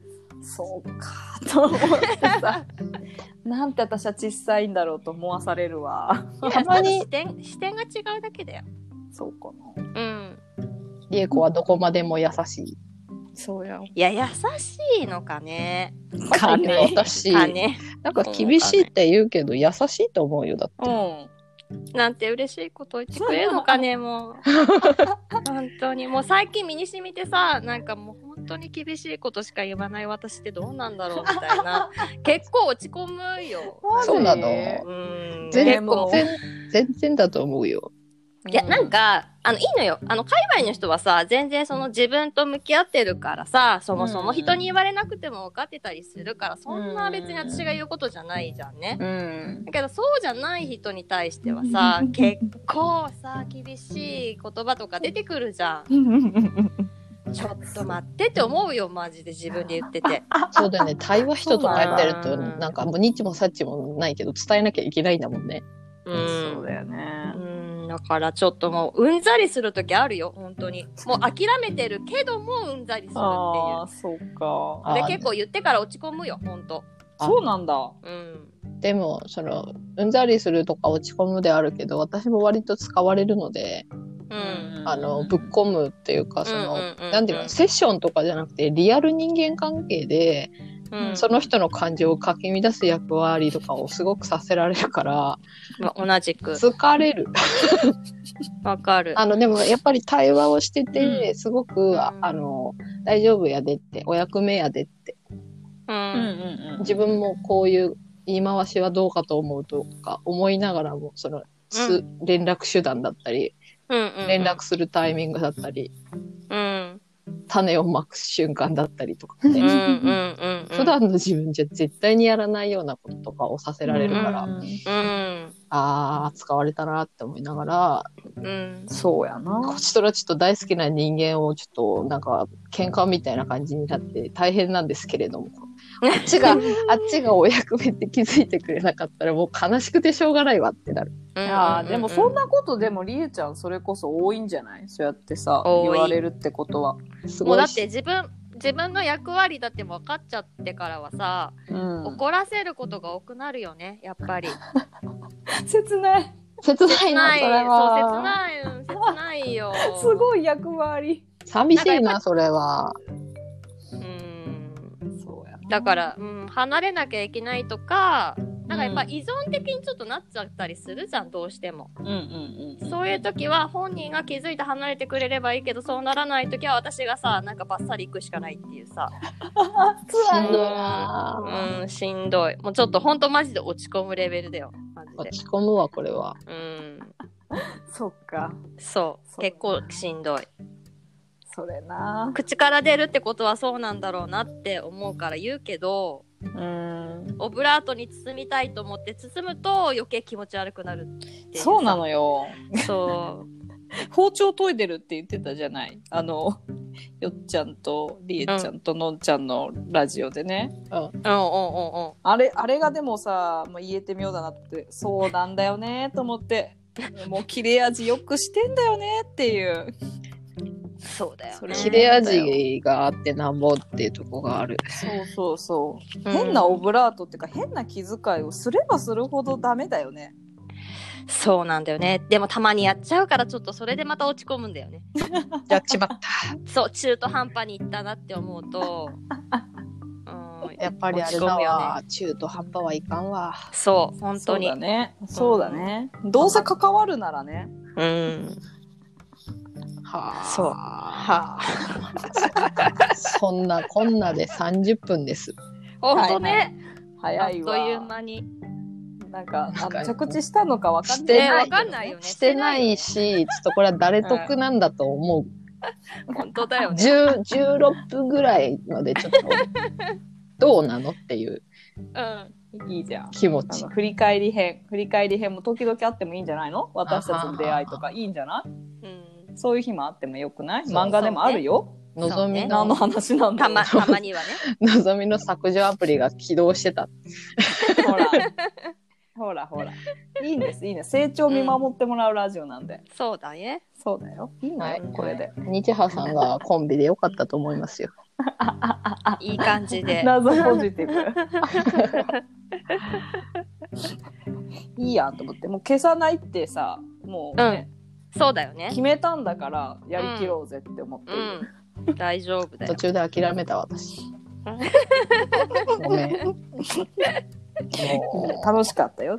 Speaker 2: そうか、と思って さ。なんて私は小さいんだろうと思わされるわ。
Speaker 1: たまに
Speaker 3: 視点視点が違うだけだよ
Speaker 2: そうかな。
Speaker 3: うん
Speaker 1: リエコはどこまでも優しい
Speaker 2: そうや。
Speaker 3: いや優しいのかね
Speaker 1: かね私
Speaker 3: かね
Speaker 1: なんか厳しいって言うけど優しいと思うよだって
Speaker 2: うん。
Speaker 3: なんて嬉しいこと言ってくれるのかねも う本当にもう最近身に染みてさなんかもう本当に厳しいことしか言わない私ってどうなんだろうみたい な結構落ち込むよ
Speaker 1: そうなの
Speaker 3: うん
Speaker 1: 全
Speaker 3: 結構
Speaker 1: 然全然だと思うよ
Speaker 3: いやなんかあのいいのよあの海外の人はさ全然その自分と向き合ってるからさそもそも人に言われなくても分かってたりするからそんな別に私が言うことじゃないじゃんね。
Speaker 2: うん。
Speaker 3: だけどそうじゃない人に対してはさ結構さ厳しい言葉とか出てくるじゃんちょっと待ってって思うよマジで自分で言ってて
Speaker 1: そうだよね対話人とかやってる
Speaker 3: そ
Speaker 1: と
Speaker 3: うだな
Speaker 1: なんかもうニッチもサッチもないけど伝えなきゃいけないんだもんね
Speaker 3: う
Speaker 2: そうんだよね。
Speaker 3: うんだからちょっともううんざりする時あるよ本当にもう諦めてるけどもうんざりするっ
Speaker 2: あ
Speaker 3: てい
Speaker 2: あ、そうか。
Speaker 3: う
Speaker 1: あー
Speaker 3: で結構言ってから落ち込むよ本当
Speaker 1: あ
Speaker 2: そうなんだ。
Speaker 3: うん
Speaker 1: でもそのうんざりするとか落ち込むであるけど私も割と使われるので、
Speaker 3: うん
Speaker 1: あのぶっ込むっていうかその、
Speaker 3: うんうんうんうん
Speaker 1: なんていうのセッションとかじゃなくてリアル人間関係で、
Speaker 3: うん
Speaker 1: その人の感情をかき乱す役割とかをすごくさせられるから
Speaker 3: ま同じく
Speaker 1: 疲れる
Speaker 3: わかる
Speaker 1: あのでもやっぱり対話をしてて、すごくあ
Speaker 3: うん
Speaker 1: あの大丈夫やでってお役目やでって
Speaker 3: うん
Speaker 2: ん
Speaker 1: 自分もこういう言い回しはどうかと思うとか思いながらもその、す
Speaker 3: う
Speaker 1: 連絡手段だったり
Speaker 3: うんうんうん
Speaker 1: 連絡するタイミングだったり、
Speaker 3: うん
Speaker 1: 種をまく瞬間だったりとか
Speaker 3: う
Speaker 1: ね、
Speaker 3: んう んうんうん
Speaker 1: 普段の自分じゃ絶対にやらないようなこととかをさせられるから、
Speaker 2: うん
Speaker 3: うん
Speaker 1: ああ使われたなって思いながら
Speaker 3: うん
Speaker 2: そうや
Speaker 1: こ
Speaker 2: な。
Speaker 1: ちとらちょっと大好きな人間をちょっとなんか喧嘩みたいな感じになって大変なんですけれ ども。あっちが、あっちがお役目って気づいてくれなかったらもう悲しくてしょうがないわってなる。
Speaker 2: いやーでもそん
Speaker 3: な
Speaker 2: なことでもりえちゃんそれこそ多いんじゃないそうやってさ
Speaker 3: 多い
Speaker 2: 言われるってことは。
Speaker 1: す
Speaker 3: も
Speaker 1: ごい
Speaker 3: うだって自分自分の役割だって分かっちゃってからはさ、
Speaker 2: うん、
Speaker 3: 怒らせることが多くなるよねやっぱり
Speaker 2: 切ない。
Speaker 1: 切 ないな、
Speaker 3: な
Speaker 1: そ
Speaker 3: い
Speaker 1: れ
Speaker 3: そう切
Speaker 1: は。
Speaker 3: ないうん切な いよ
Speaker 2: すごい役割。
Speaker 1: 寂しい
Speaker 3: なんかや
Speaker 1: な、それは。
Speaker 3: うん
Speaker 2: そうやな
Speaker 3: だか。ら、うん、離れなきゃいけないとかなんかやっぱ依存的にちょっとなっちゃったりするじゃんどうしても
Speaker 2: うんうんうん。
Speaker 3: そういう時は本人が気づいて離れてくれればいいけどそうならない時は私がさなんかバッサリ行くしかないっていうさ
Speaker 1: しん
Speaker 2: 辛
Speaker 1: どい
Speaker 2: い。
Speaker 1: な。
Speaker 3: うん、しんどい。もうちょっとほんとマジで落ち込むレベルだよ。マジで
Speaker 1: 落。ち込むわ、これは。
Speaker 3: うん。
Speaker 2: そっか。
Speaker 3: そう。
Speaker 2: そう
Speaker 3: 結構しんどい。
Speaker 2: それな。
Speaker 3: 口から出るってことはそうなんだろうなって思うから言うけど、
Speaker 2: うん。
Speaker 3: オブラートに包みたいと思って包むと余計気持ち悪くなるってい
Speaker 2: そうな
Speaker 3: よ。
Speaker 2: のよ。
Speaker 3: そ
Speaker 2: 包丁研いでるって言ってたじゃないあのよっちゃんとりえちゃんとのんちゃんのラジオでね、
Speaker 3: う。うんうん
Speaker 2: あれあれがでもさもう言えて妙だなってそうなん だよねと思ってもう切れ味よくしてんだよねっていう
Speaker 3: うんそうだよ
Speaker 2: それ
Speaker 3: ね
Speaker 1: 切れ味があってなんぼっていうとこがある。
Speaker 2: そうそうそう、変なオブラートっていうか変な気遣いをすればするほどダメだよね
Speaker 3: そうなんだよねでもたまにやっちゃうからちょっとそれでまた落ち込むんだよね
Speaker 1: やっちまった。
Speaker 3: そう中途半端にいったなって思 うとうん
Speaker 1: やっぱりあれだわ。中途半端はいかんわ。
Speaker 3: そう本当に
Speaker 2: そうだねそうだね、どうせ関わるならね
Speaker 3: うん
Speaker 1: はあ。
Speaker 3: そうはあ
Speaker 1: そんなこんなで30分です。
Speaker 3: 本当ね、
Speaker 2: 早いわ
Speaker 3: あっという間に
Speaker 2: なんかあ
Speaker 1: なんか
Speaker 2: 着地したのかわかん
Speaker 1: し
Speaker 2: ない
Speaker 1: て
Speaker 3: ね
Speaker 1: ない
Speaker 3: わかんないよね
Speaker 1: してないし、ちょっとこれは誰得なんだと思う。
Speaker 3: 本当だよ ね
Speaker 1: 10 16分ぐらいまでちょっ と、どうなのっていう
Speaker 3: うん
Speaker 2: いいじゃん
Speaker 1: 気持
Speaker 2: あ
Speaker 1: ち
Speaker 2: の。振り返り編振り返り編も時々あってもいいんじゃないの私たちの出会いとかいいんじゃない
Speaker 3: うん
Speaker 2: そういう日もあってもよくない
Speaker 1: そう
Speaker 2: 漫画でもあるよ、
Speaker 1: 望み
Speaker 2: 何
Speaker 1: の、
Speaker 2: の話なんだ
Speaker 3: た
Speaker 2: ろう
Speaker 3: またまにはね
Speaker 1: 望みの削除アプリが起動してた。
Speaker 2: ほ らほらほらいいんですいいね成長見守ってもらうラジオなんで、
Speaker 3: そうだね
Speaker 2: そうだよいいの
Speaker 1: は
Speaker 2: よ
Speaker 1: い
Speaker 2: これで
Speaker 1: 日葉さんがコンビでよかったと思いますよ。
Speaker 3: いい感じで
Speaker 2: 謎ポジ ティブいいやんと思ってもう消さないってさもう、ね
Speaker 3: そうだよね
Speaker 2: 決めたんだからやりきろうぜって思ってる、
Speaker 3: うん大丈夫だ
Speaker 1: 途
Speaker 3: よ
Speaker 1: 中で諦めた 私。ごめん。もう
Speaker 2: 楽しかったよ
Speaker 3: う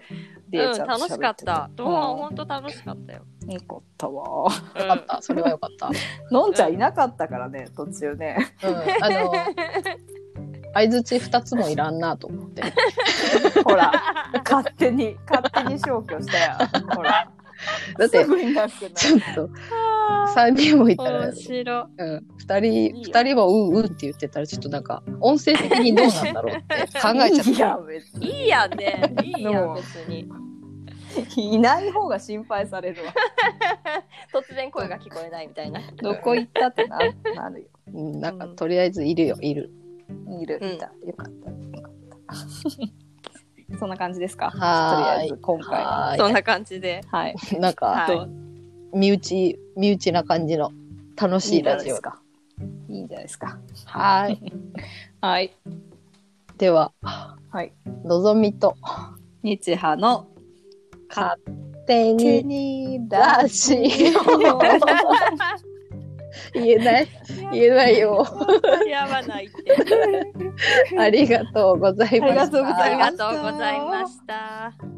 Speaker 2: りえ
Speaker 3: ん
Speaker 2: ちゃんと
Speaker 3: 楽し
Speaker 2: 喋
Speaker 3: かって
Speaker 2: て
Speaker 3: たどうも本当楽しかったよ
Speaker 2: よかったわ。
Speaker 3: う
Speaker 1: よか った。それはよかった。
Speaker 2: のんちゃんいなかったからね、途中ね。
Speaker 1: うん。あの、相づち2つもいらんなと思って。
Speaker 2: ほら、勝手に、勝手に消去したよ。ほら。
Speaker 1: だって
Speaker 2: す、ぐいなくなる
Speaker 1: ちょっと、3人もいたら、う
Speaker 3: 面
Speaker 1: ん、
Speaker 3: 白
Speaker 1: 2人、二人はうんうんって言ってたら、ちょっとなんか、音声的にどうなんだろうって考えちゃっ
Speaker 2: いいや、別
Speaker 3: いいいやんね いいや
Speaker 2: でも
Speaker 3: ん別に
Speaker 2: に。いない方が心配されるわ。
Speaker 3: 突然声が聞こえないみたいな
Speaker 2: どこ行ったってななる
Speaker 1: た。うん、なんか、とりあえずいるよ、いる。
Speaker 2: よ。いる、
Speaker 3: うん
Speaker 2: いた。よかった。よかった。そんな感じですか。とり
Speaker 1: は
Speaker 2: あ
Speaker 1: ー
Speaker 2: え
Speaker 1: い
Speaker 2: ず、今回は。
Speaker 1: は
Speaker 3: そんな感じで
Speaker 2: はい。
Speaker 1: い。 なんか、
Speaker 3: は
Speaker 2: どう
Speaker 1: 身内、身内な感じの楽しいラジオ。
Speaker 2: か。いいんじゃないですか。
Speaker 1: はー い。
Speaker 2: はい。
Speaker 1: では、
Speaker 2: はい。
Speaker 1: のぞみと、
Speaker 2: 日波の
Speaker 1: 勝手
Speaker 2: 手
Speaker 1: に
Speaker 2: に
Speaker 1: 出
Speaker 2: 出
Speaker 1: し
Speaker 2: し
Speaker 1: よ
Speaker 2: よう。
Speaker 1: 言えない、言えないよ。
Speaker 3: やばない って
Speaker 1: ありがとうございました。
Speaker 2: ありがとうございました
Speaker 3: ありがとうございました